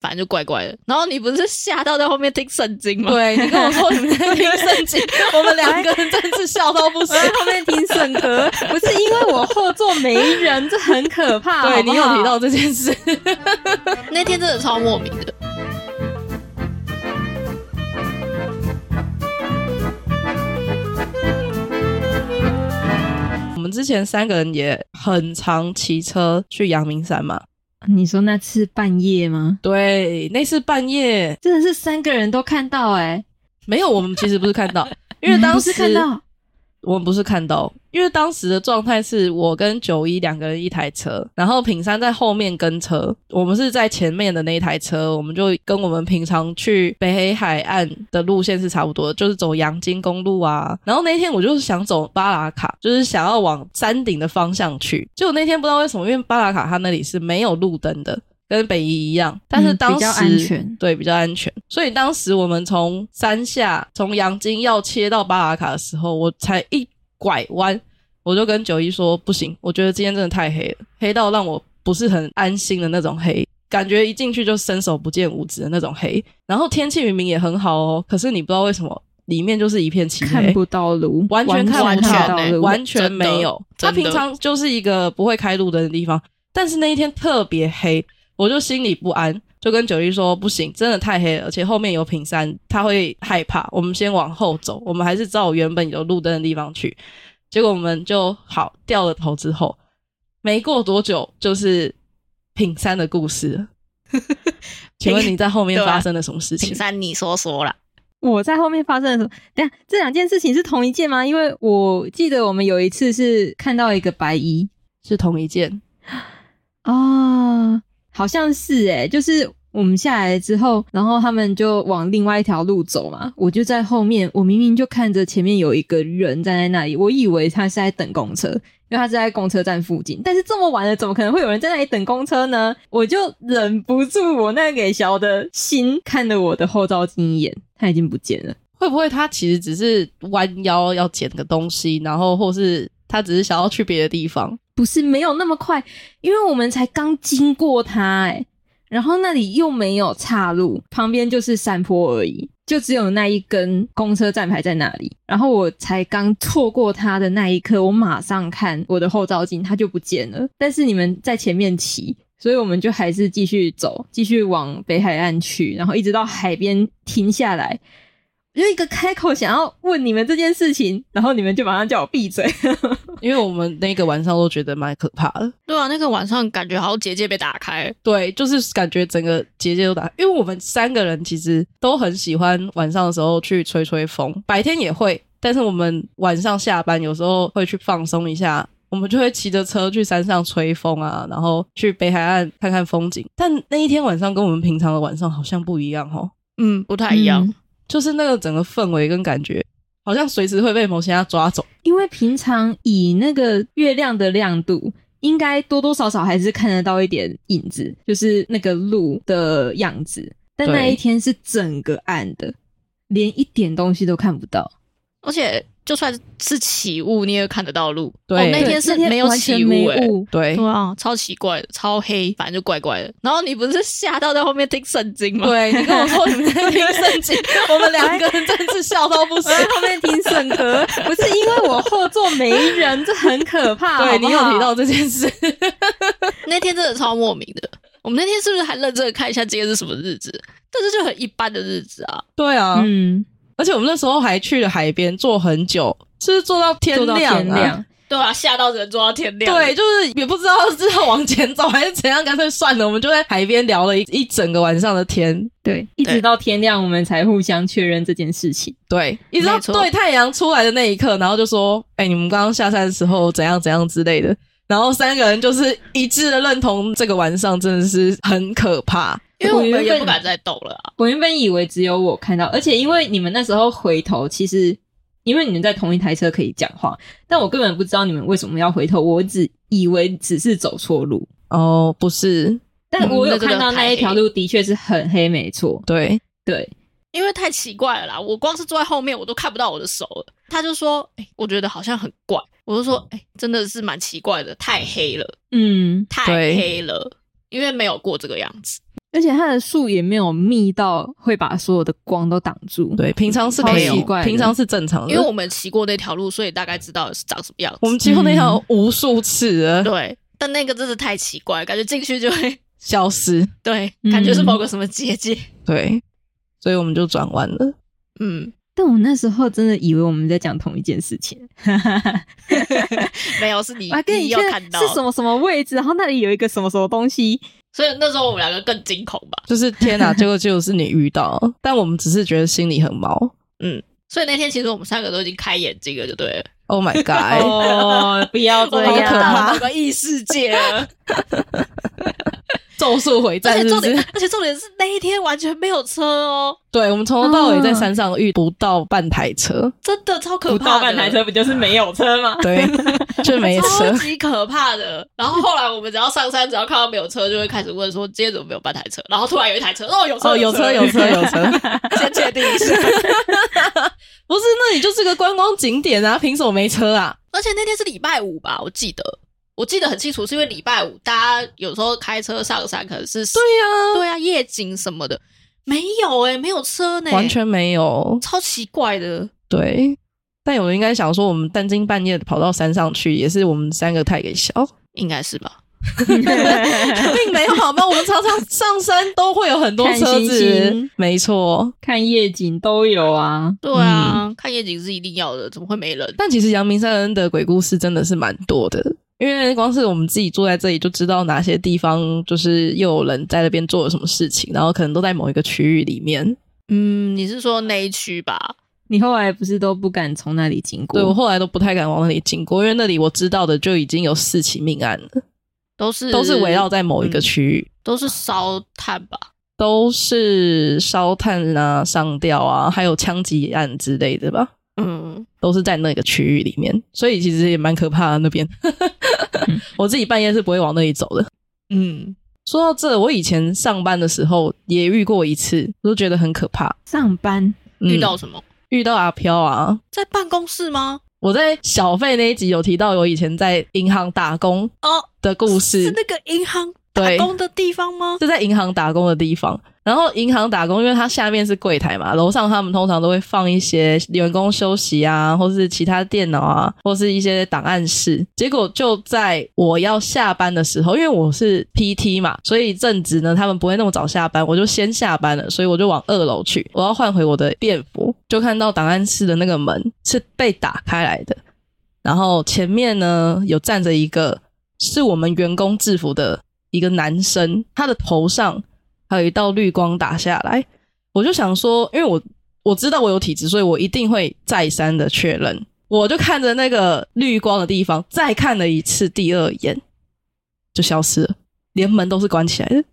反正就怪怪的。然后你不是吓到在后面听圣经吗？对你跟我说你们在听圣经， 我们两个人真是笑到不我行。在后面听顺歌，不是因为我后座没人，这很可怕。对好不你好有提到这件事，那天真的超莫名的。我们之前三个人也很常骑车去阳明山嘛。你说那次半夜吗？对，那次半夜真的是三个人都看到哎、没有，我们其实不是看到， 嗯因为你们当嗯不时是看到我们不是看到，因为当时的状态是我跟九一两个人一台车，然后品山在后面跟车，我们是在前面的那一台车，我们就跟我们平常去北黑海岸的路线是差不多的，就是走阳金公路啊。然后那天我就是想走巴拉卡，就是想要往山顶的方向去，结果那天不知道为什么，因为巴拉卡它那里是没有路灯的。跟北宜一样，但是嗯当时、比较安全对，比较安全。所以当时我们从山下从阳金要切到巴拉卡的时候，我才一拐弯，我就跟九一说不行，我觉得今天真的太黑了，黑到让我不是很安心的那种黑。感觉一进去就伸手不见五指的那种黑，然后天气明明也很好哦，可是你不知道为什么里面就是一片漆黑，看不到路，完全看完不全全看欸不到到，路，完全没有。真他的真的平常就是一个不会开路灯的地方，但是那一天特别黑，我就心里不安，就跟九一说不行，真的太黑了，而且后面有品山，他会害怕。我们先往后走，我们还是照原本有路灯的地方去。结果我们就好掉了头之后，没过多久就是品山的故事了。请问你在后面对啊发生了什么事情请？山，你说说啦。我在后面发生了什么？等一下这两件事情是同一件吗？因为我记得我们有一次是看到一个白衣是同一件，啊，好像是诶、就是我们下来之后，然后他们就往另外一条路走嘛，我就在后面，我明明就看着前面有一个人站在那里，我以为他是在等公车，因为他是在公车站附近，但是这么晚了，怎么可能会有人在那里等公车呢？我就忍不住我那给小的心看了我的后照镜一眼，他已经不见了。会不会他其实只是弯腰要捡个东西，然后或是他只是想要去别的地方？不是没有那么快，因为我们才刚经过它哎、然后那里又没有岔路，旁边就是山坡而已，就只有那一根公车站牌在那里。然后我才刚错过它的那一刻，我马上看我的后照镜，它就不见了。但是你们在前面骑，所以我们就还是继续走，继续往北海岸去，然后一直到海边停下来。我就一个开口想要问你们这件事情，然后你们就马上叫我闭嘴。因为我们那个晚上都觉得蛮可怕的。对啊，那个晚上感觉好像结界被打开，对，就是感觉整个结界都打，因为我们三个人其实都很喜欢晚上的时候去吹吹风，白天也会，但是我们晚上下班有时候会去放松一下，我们就会骑着车去山上吹风啊，然后去北海岸看看风景。但那一天晚上跟我们平常的晚上好像不一样哦。嗯，不太一样。嗯就是那个整个氛围跟感觉，好像随时会被某些人抓走。因为平常以那个月亮的亮度，应该多多少少还是看得到一点影子，就是那个路的样子。但对那一天是整个暗的，连一点东西都看不到。而且就算是起雾，你也看得到路。对哦、那对天是那天没有完全起没雾、欸，雾对对啊，超奇怪的，超黑，反正就怪怪的。然后你不是吓到在后面听圣经吗？，对，你跟我说你们在听圣经，我们两个人真是笑到不我行。在后面听圣歌，不是因为我后座没人，这很可 怕。对 好你不有好提到这件事， 那天真的超莫名的。我们那天是不是还认真的看一下今天是什么日子？但是就很一般的日子啊。对啊，嗯，而且我们那时候还去了海边坐很久，是不是坐到天做到亮、啊？天亮。对啊，吓到人，做到天亮。对，就是也不知道是要往前走还是怎样，干脆算了，我们就在海边聊了一一整个晚上的天，对，一直对到天亮，我们才互相确认这件事情。对，一直到没错对太阳出来的那一刻，然后就说：“哎、你们刚刚下山的时候怎样怎样之类的。”然后三个人就是一致的认同，这个晚上真的是很可怕。因为我我们原本也不敢再抖了啊。我原本以为只有我看到，而且因为你们那时候回头，其实因为你们在同一台车可以讲话，但我根本不知道你们为什么要回头，我只以为只是走错路。哦，不是，但我嗯有那真的看到那一条路的确是很黑，没错，对，对，因为太奇怪了啦，我光是坐在后面，我都看不到我的手了。他就说：“哎、我觉得好像很怪。”我就说：“哎、真的是蛮奇怪的，太黑了，嗯，太对黑了，因为没有过这个样子。”而且它的树也没有密到会把所有的光都挡住。，对，平常是可以超奇怪，的平常是正哦常的，因为我们骑过那条路，所以大概知道是长什么样子。我们骑过那条无数次了，对，但那个真的太奇怪，感觉进去就会消失，对，嗯感觉是某个什么结界。对，所以我们就转弯了。嗯，但我那时候真的以为我们在讲同一件事情，没有，是你我还跟你你有确看到是什么什么位置，然后那里有一个什么什么东西，所以那时候我们两个更惊恐吧。就是 天哪、结果就是你遇到，但我们只是觉得心里很毛。所以那天其实我们三个都已经开眼睛了，就对了， Oh my god！哦， 不要我这们好已经可到怕了某个异世界了。咒术回而战且是重不点是？，而且重点是那一天完全没有车哦，对，我们从头到啊尾在山上遇不到半台车，真的超可不怕到的，半台车不就是没有车 吗？对，就没超车。级可怕的。然后后来我们只要上山，只要看到没有车，就会开始问说今天怎么没有半台车？然后突然有一台车，哦，有车，哦，有车，有车，有车！先确定一下。 不是，那你就是个观光景点啊，凭什么没车啊？而且那天是礼拜五吧，我记得，我记得很清楚，是因为礼拜五大家有时候开车上山，可能是对对呀、对啊，夜景什么的，没有哎、没有车呢、完全没有。超奇怪的。对，但有人应该想说，我们半更半夜地跑到山上去，也是我们三个太给小，应该是吧？并没有好吗？我们常常上山都会有很多看车星子星，没错。 看夜景都有啊，对啊，嗯看夜景是一定要的，怎么会没人？但其实阳明山的鬼故事真的是蛮多的，因为光是我们自己坐在这里就知道哪些地方就是又有人在那边做了什么事情，然后可能都在某一个区域里面。嗯，你是说那一区吧？你后来不是都不敢从那里经过？对我后来都不太敢往那里经过，因为那里我知道的就已经有四起命案了，都是都是围绕在某一个嗯区域。都是烧炭吧？都是烧炭啊、上吊啊，还有枪击案之类的吧，嗯，都是在那个区域里面，所以其实也蛮可怕的那边。 我自己半夜是不会往那里走的。嗯，说到这，我以前上班的时候也遇过一次，我都觉得很可怕。上班嗯遇到什么？遇到阿飘啊，在办公室吗？我在小费那一集有提到我以前在银行打工哦，的故是事，那个银行打嗯对工的地方吗？就在银行打工的地方。然后银行打工，因为它下面是柜台嘛，楼上他们通常都会放一些员工休息啊，或是其他电脑啊，或是一些档案室。结果就在我要下班的时候，因为我是 PT 嘛，所以正职呢他们不会那么早下班，我就先下班了，所以我就往二楼去，我要换回我的便服，就看到档案室的那个门是被打开来的，然后前面呢有站着一个是我们员工制服的一个男生，他的头上还有一道绿光打下来。我就想说，因为我我知道我有体质，所以我一定会再三的确认。我就看着那个绿光的地方，再看了一次第二眼，就消失了，连门都是关起来的。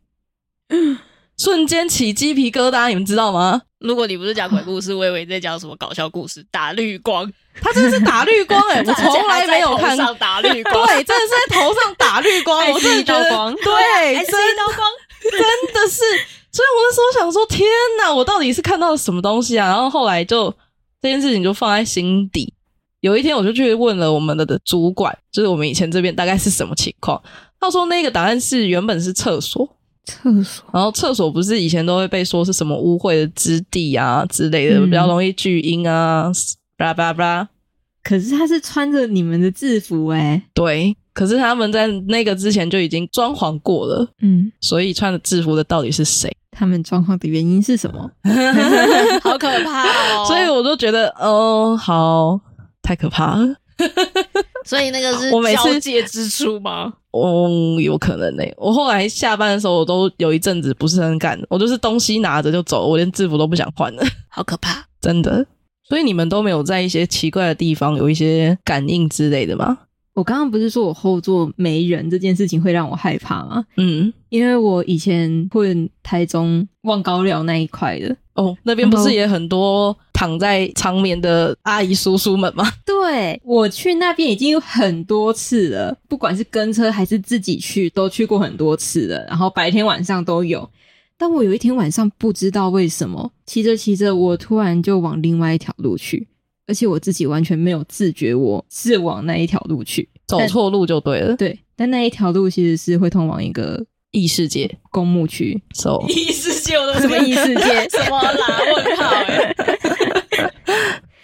瞬间起鸡皮疙瘩，你们知道吗？如果你不是讲鬼故事，我以为你在讲什么搞笑故事，打绿光。他真的是打绿光 哎、我从来没有看在头上打绿 光， 对，真的是在头上打绿光，爱我真是的一觉道得光 对，还是真一道光。 真的是，所以我那时候想说，天哪，我到底是看到了什么东西啊？然后后来就这件事情就放在心底。有一天我就去问了我们的的主管，就是我们以前这边大概是什么情况。他说那个档案室原本是厕所，厕所然后厕所不是以前都会被说是什么污秽的之地啊之类的，嗯比较容易聚阴啊，巴拉巴拉巴拉。可是他是穿着你们的制服哎、对，可是他们在那个之前就已经装潢过了，嗯，所以穿的制服的到底是谁？他们状况的原因是什么？ 好可怕哦！所以我就觉得，哦，好，太可怕了。所以那个是我每次交界之处吗？嗯，有可能呢、我后来下班的时候，我都有一阵子不是很敢，我就是东西拿着就走，我连制服都不想换了， 好可怕！真的。所以你们都没有在一些奇怪的地方有一些感应之类的吗？我刚刚不是说我后座没人这件事情会让我害怕吗？嗯，因为我以前混台中望高寮那一块的，哦，那边不是也很多躺在长眠的阿姨叔叔们吗？对我去那边已经有很多次了，不管是跟车还是自己去，都去过很多次了。然后白天晚上都有。但我有一天晚上不知道为什么，骑着骑着，我突然就往另外一条路去，而且我自己完全没有自觉，我是往那一条路去。走错路就对了。对，但那一条路其实是会通往一个异世界公墓区， ，so 哦异世界我都？什么异世 界什么啦？问号哎，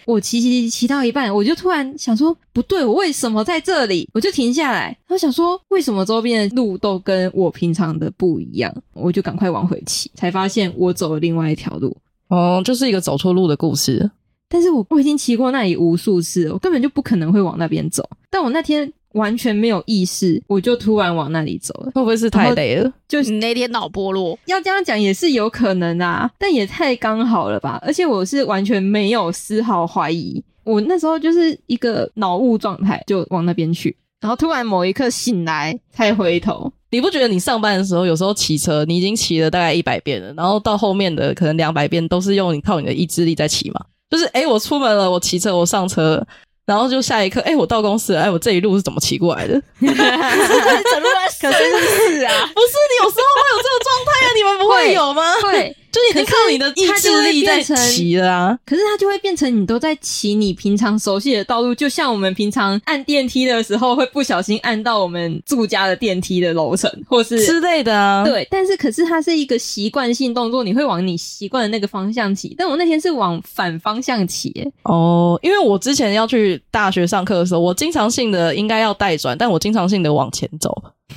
我骑骑骑到一半，我就突然想说，不对，我为什么在这里？我就停下来，然后想说，为什么周边的路都跟我平常的不一样？我就赶快往回骑，才发现我走了另外一条路。哦，就是一个走错路的故事。但是我我已经骑过那里无数次了，我根本就不可能会往那边走。但我那天完全没有意识，我就突然往那里走了。会不会是然太后累了？ 你那天脑波落，要这样讲也是有可能啊，但也太刚好了吧！而且我是完全没有丝毫怀疑，我那时候就是一个脑雾状态，就往那边去，然后突然某一刻醒来才回头。你不觉得你上班的时候有时候骑车，你已经骑了大概一百遍了，然后到后面的可能两百遍都是用你靠你的意志力在骑嘛？就是诶，我出门了，我骑车，我上车了，然后就下一刻，诶，我到公司了，诶，哎我这一路是 怎么骑过来 的？整路在是是啊，不是你有时候会有这个状态啊，你们不会会有吗？ 对，就是已经可靠是你的意它就志会力在变成骑了啊。可是它就会变成你都在骑你平常熟悉的道路，就像我们平常按电梯的时候会不小心按到我们住家的电梯的楼层，或是之类的啊，，对，但是可是它是一个习惯性动作，你会往你习惯的那个方向骑。但我那天是往反方向骑耶，哦，因为我之前要去大学上课的时候，我经常性的应该要带转，但我经常性的往前 走，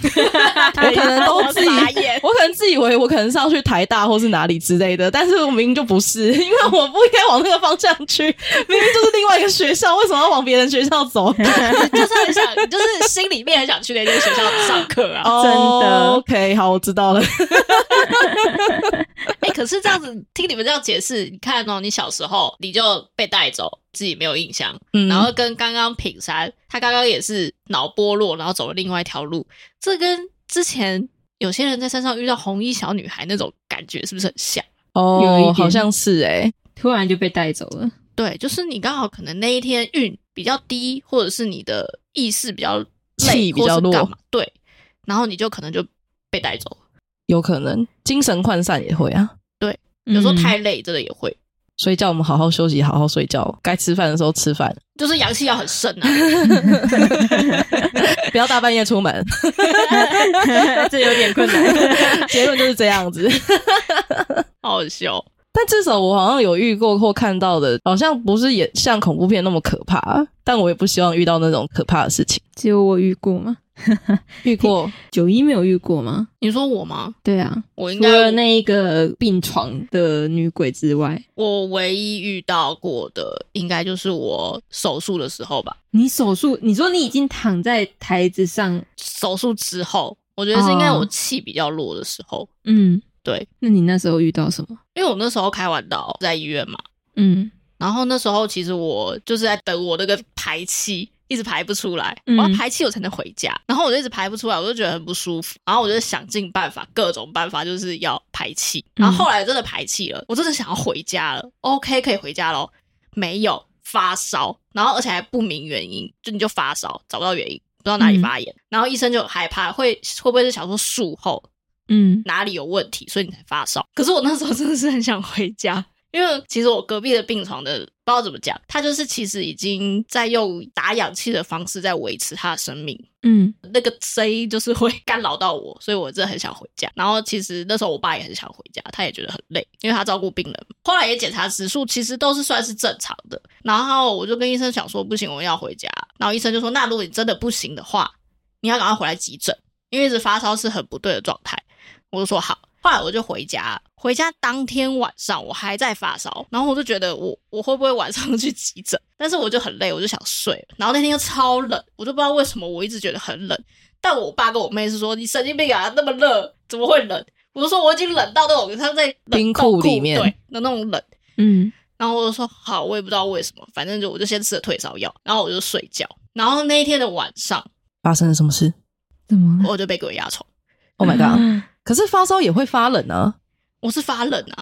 我可能都自己傻眼，我可能自以为我可能是要去台大或是哪里之类的，但是我明明就不是， 因为我不应该往那个方向去，明明就是另外一个学校，为什么要往别人学校走？ 就是很想，就是心里面很想去那间学校上课啊。哦 真的 OK，好，我知道了。哎、可是这样子听你们这样解释，你看哦，你小时候你就被带走，自己没有印象，嗯然后跟刚刚品山，他刚刚也是脑波落，然后走了另外一条路，这跟之前有些人在山上遇到红衣小女孩那种感觉是不是很像？有一哦，点好像是哎、突然就被带走了。对，就是你刚好可能那一天运比较低，或者是你的意识比较累，气比较或是干弱嘛对，然后你就可能就被带走了。有可能精神涣散也会啊。有时候嗯太累，真的也会，所以叫我们好好休息，好好睡觉，该吃饭的时候吃饭，就是阳气要很盛 啊。不要大半夜出门。 这有点困难。结论就是这样子。好好笑。但至少我好像有遇过或看到的，好像不是也像恐怖片那么可怕，但我也不希望遇到那种可怕的事情。 只有我遇过吗？遇 过九一没有遇过吗？你说我吗？对啊，我应除了该那一个病床的女鬼之外，我唯一遇到过的，应该就是我手术的时候吧。你手术，你说你已经躺在台子上，手术之后，我觉得是应该哦我气比较弱的时候，嗯，对，那你那时候遇到什么？因为我那时候开完刀在医院嘛，嗯，然后那时候其实我就是在等我那个排气。一直排不出来，我嗯要排气我才能回家，然后我就一直排不出来，我就觉得很不舒服，然后我就想尽办法，各种办法就是要排气，然后后来真的排气了，我真的想要回家了，OK 可以回家喽，没有发烧，然后而且还不明原因，就你就发烧找不到原因，不知道哪里发炎，然后医生就很害怕会会不会是想说术后嗯，哪里有问题，所以你才发烧。可是我那时候真的是很想回家，因为其实我隔壁的病床的不知道怎么讲，他就是其实已经在用打氧气的方式在维持他的生命，嗯，那个声音就是会干扰到我，所以我真的很想回家。然后其实那时候我爸也很想回家，他也觉得很累，因为他照顾病人。后来也检查指数，其实都是算是正常的。然后我就跟医生想说，不行，我要回家。然后医生就说，那如果你真的不行的话，你要赶快回来急诊，因为一直发烧是很不对的状态。我就说好。后来我就回家，回家当天晚上我还在发烧，然后我就觉得我我会不会晚上 去急诊？但是我就很累，我就想睡了。然后那天又超冷，我就不知道为什么我一直觉得很冷。但我爸跟我妹是说：“你神经病啊，那么热，怎么会冷？”我就说我已经冷到那种像在冷冰冻库里面对的那种冷。嗯，然后我就说好，我也不知道为什么，反正就我就先吃了退烧药，然后我就睡觉。然后那一天的晚上，发生了什么事怎么了我就被鬼压床， ？Oh my god！可是发烧也会发冷啊，我是发冷啊，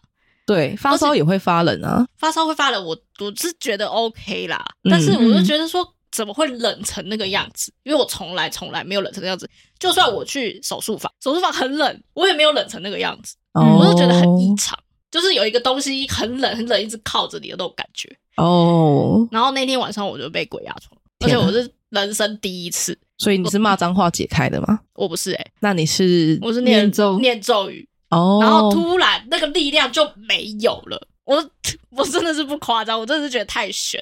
对，发烧也会发冷啊。发烧会发冷，我我是觉得 OK 啦，嗯但是我就觉得说怎么会冷成那个样子？因为我从来从来没有冷成那个样子，就算我去手术房，手术房很冷，我也没有冷成那个样子，嗯我就觉得很异哦常，就是有一个东西很冷很冷，一直靠着你的那种感觉。哦，然后那天晚上我就被鬼压床，而天且哪我是人生第一次，所以你是骂脏话解开的吗？我不是哎、那你是我是念念咒念咒语，哦，然后突然那个力量就没有了。我 我真的是不夸张，我真的是觉得太悬。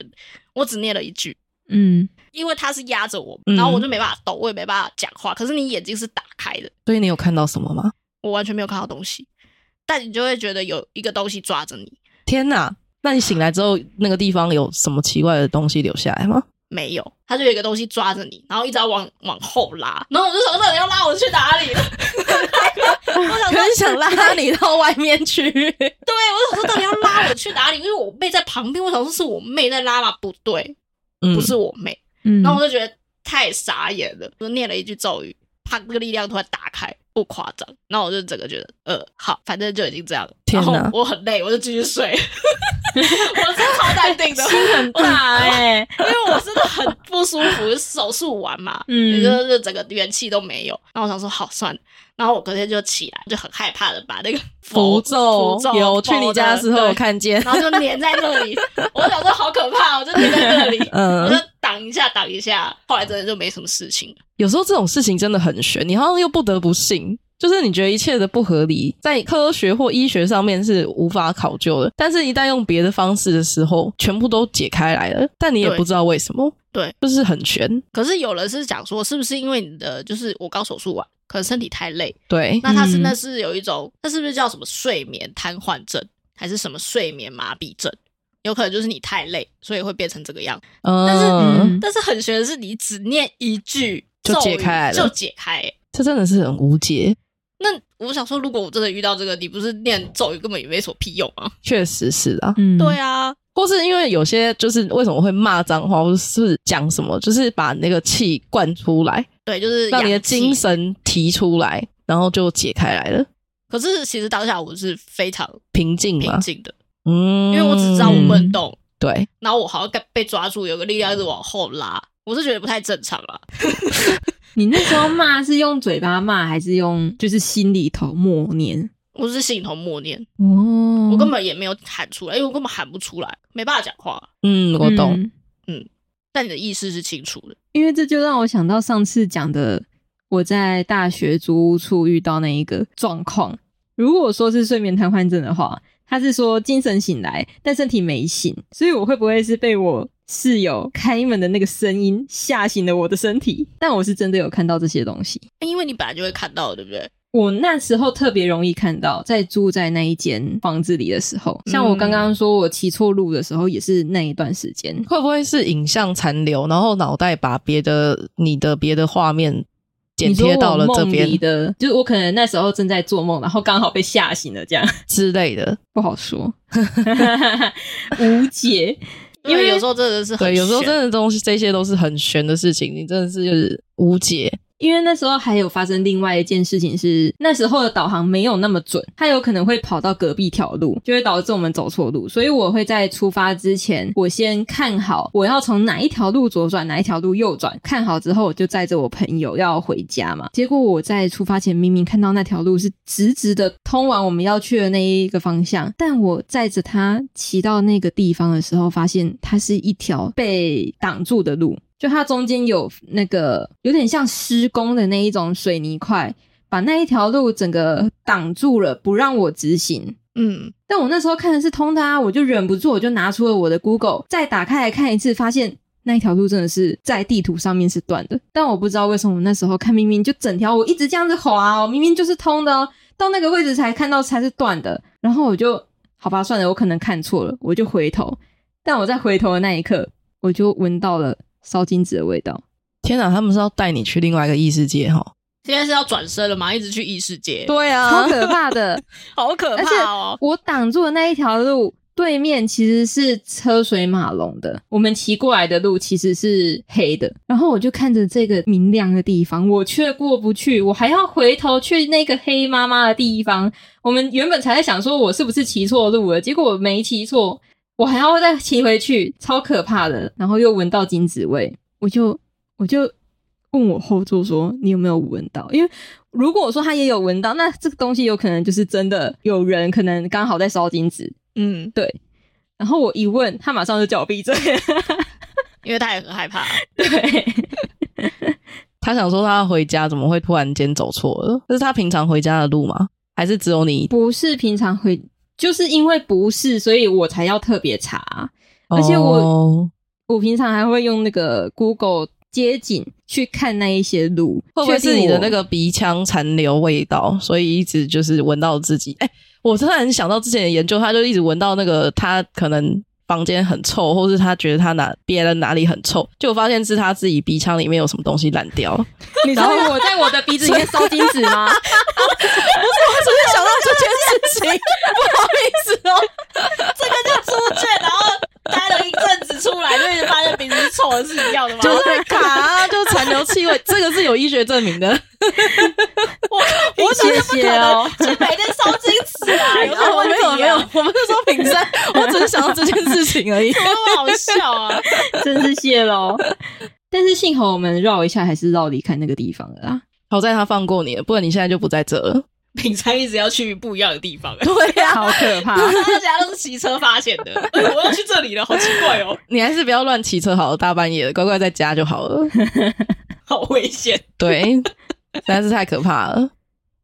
我只念了一句，嗯，因为他是压着我，嗯然后我就没办法抖，我也没办法讲话。可是你眼睛是打开的，所以你有看到什么吗？我完全没有看到东西，但你就会觉得有一个东西抓着你。天哪！那你醒来之后，那个地方有什么奇怪的东西留下来 吗？没有，他就有一个东西抓着你，然后一直要往往后拉，然后我就想，那你要拉我去哪里？ 我想 很说，想拉你到外面 去。对，我就想说，到底要拉我去哪里？因为我妹在旁边，我想说是我妹在拉嘛，不对，嗯不是我妹。 嗯然后我就觉得太傻眼了，我就念了一句咒语，啪，那个力量突然打开，不夸张。然后我就整个觉得，呃，好，反正就已经这样了。天然后哪我很累，我就继续睡。 我是超淡定的，心很大哎、因为我真的很不舒服，手术完嘛，嗯也就是整个元气都没有。然后我想说，好算了。然后我隔天就起来，就很害怕的把那个符咒符咒有去你家的时候有对看见，然后就粘在那里。我想说好可怕，我哦就粘在那里，嗯我就挡一下挡一下。后来真的就没什么事情了。 有时候这种事情真的很悬，你好像又不得不信，就是你觉得一切的不合理，在科学或医学上面是无法考究的，但是一旦用别的方式的时候，全部都解开来了，但你也对不知道为什么，对，就是很悬，可是有人是讲说，是不是因为你的就是我刚手术完，可能身体太累，对，那他是嗯那是有一种，那是不是叫什么睡眠瘫痪症，还是什么睡眠麻痹症？有可能就是你太累，所以会变成这个样。嗯，但是嗯但是很悬的是，你只念一句就咒解语开来了就解开、欸这真的是很无解，那我想说，如果我真的遇到这个，你不是念咒语根本也没什么屁用啊？确实是啊，嗯，对啊，或是因为有些就是为什么会骂脏话，或是讲什么，就是把那个气灌出来，对，就是让你的阳气精神提出来，然后就解开来了，可是其实当下我是非常平静嘛平，静的，嗯，因为我只知道我不能动，对。然后我好像被抓住，有个力量一直往后拉，我是觉得不太正常啊啦。你那时候骂是用嘴巴骂，还是用就是心里头默念？我是心头默念，哦嗯我根本也没有喊出来，因为我根本喊不出来，没办法讲话。嗯，我懂。嗯但你的意识是清楚的，因为这就让我想到上次讲的，我在大学租屋处遇到那一个状况。如果说是睡眠瘫痪症的话，他是说精神醒来，但身体没醒，所以我会不会是被我室友开门的那个声音吓醒了我的身体？但我是真的有看到这些东西。因为你本来就会看到，对不对？我那时候特别容易看到，在住在那一间房子里的时候，像我嗯刚刚说我骑错路的时候，也是那一段时间。会不会是影像残留，然后脑袋把别的你的别的画面剪贴到了这你说我梦边里的，就是我可能那时候正在做梦，然后刚好被吓醒了，这样之类的？不好 说，无解。因因为为有时候真的是很对，有时候玄真的东西，这些都是很玄的事情，你真的是无解。因为那时候还有发生另外一件事情是，那时候的导航没有那么准，它有可能会跑到隔壁条路，就会导致我们走错路。所以我会在出发之前，我先看好我要从哪一条路左转，哪一条路右转，看好之后我就载着我朋友要回家嘛。结果我在出发前明明看到那条路是直直的通往我们要去的那一个方向，但我载着他骑到那个地方的时候，发现它是一条被挡住的路。就它中间有那个有点像施工的那一种水泥块，把那一条路整个挡住了，不让我直行。嗯，但我那时候看的是通的啊，我就忍不住，我就拿出了我的 Google，再打开来看一次，发现那一条路真的是在地图上面是断的。但我不知道为什么我那时候看，明明就整条我一直这样子滑哦，明明就是通的哦，到那个位置才看到才是断的。然后我就好吧，算了，我可能看错了，我就回头。但我在回头的那一刻，我就闻到了烧金纸的味道。天哪，他们是要带你去另外一个异世界哈？现在是要转身了嘛，一直去异世界，对超啊，可怕的！好可而且怕哦。我挡住的那一条路对面其实是车水马龙的，我们骑过来的路其实是黑的。然后我就看着这个明亮的地方，我却过不去，我还要回头去那个黑妈妈的地方。我们原本才在想说我是不是骑错路了，结果我没骑错，我还要再骑回去，超可怕的。然后又闻到金子味，我就我就问我后座说：“你有没有闻到？”因为如果我说他也有闻到，那这个东西有可能就是真的有人可能刚好在烧金纸。嗯，然后我一问，他 马上就叫我闭嘴。因为他也很害怕。对，他想说他要回家，怎么会突然间走错了？这是他平常回家的路吗？还是只有你？不是平常会，就是因为不是，所以我才要特别查。而且我哦我平常还会用那个 Google 街景去看那一些路，会不会确是定你的我那个鼻腔残留味道，所以一直就是闻到自己？哎、我突然想到之前的研究，他就一直闻到那个他可能房间很臭，或是他觉得他哪憋了哪里很臭，结果发现是他自己鼻腔里面有什么东西烂掉。我 你说我在我的鼻子里 面烧金纸吗？只是想到这件事情， 不好意思哦。这个就出去，然后待了一阵子出来，就一直发现鼻子是臭的是一样的吗？ 就是会卡啊，就残留气味，这个是有医学证明的。我我怎么不可谢谢能哦去每天烧金纸啊？有什么哎我问没题、有啊？没有，我们是说品山，我只是想到这件事情 而已。多好笑啊！真是谢喽。但是幸好我们绕一下，还是绕离开那个地方了啦。好在他放过你了，不然你现在就不在这了。平常一直要去不一样的地方、欸，对呀、好可怕！大家都是骑车发现的。哎我要去这里了，好奇怪哦，你还是不要乱骑车好了，大半夜的，乖乖在家就好了。 好危险。对，实在是太可怕了。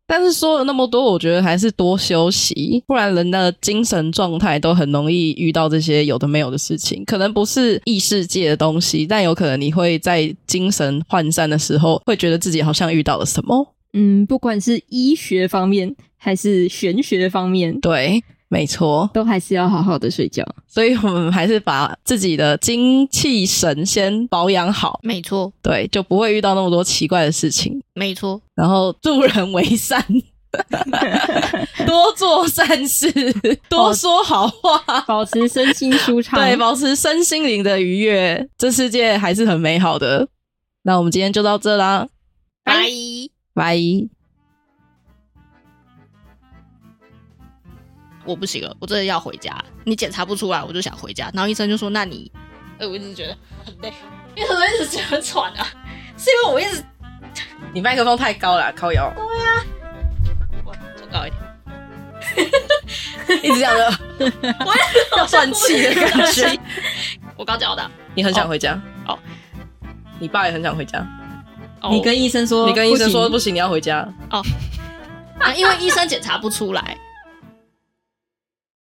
但是说了那么多，我觉得还是多休息，不然人的精神状态都很容易遇到这些有的没有的事情。可能不是异世界的东西，但有可能你会在精神涣散的时候，会觉得自己好像遇到了什么。嗯，不管是医学方面还是玄学方面，对，没错。都还是要好好的睡觉。所以我们还是把自己的精气神先保养好，没错，对，就不会遇到那么多奇怪的事情。没错，然后助人为 善，多做善事，多说好话，保持身心舒畅。对，保持身心灵的愉悦，这世界还是很美好的。那我们今天就到这啦，拜。拜。我不行了，我真的要回家。你检查不出来，我就想回家。然后医生就说：“那你……”哎，我一直觉得很累，因为我一直觉得很喘啊，是因为我一直你麦克风太高了，靠腰，我我高一点，一直这样 的，要断气的感觉。我刚讲到哪？你很想回家哦，你爸也很想回家，哦你跟医生说，你跟医生说不不行，你要回家。啊，因为医生检查不出来，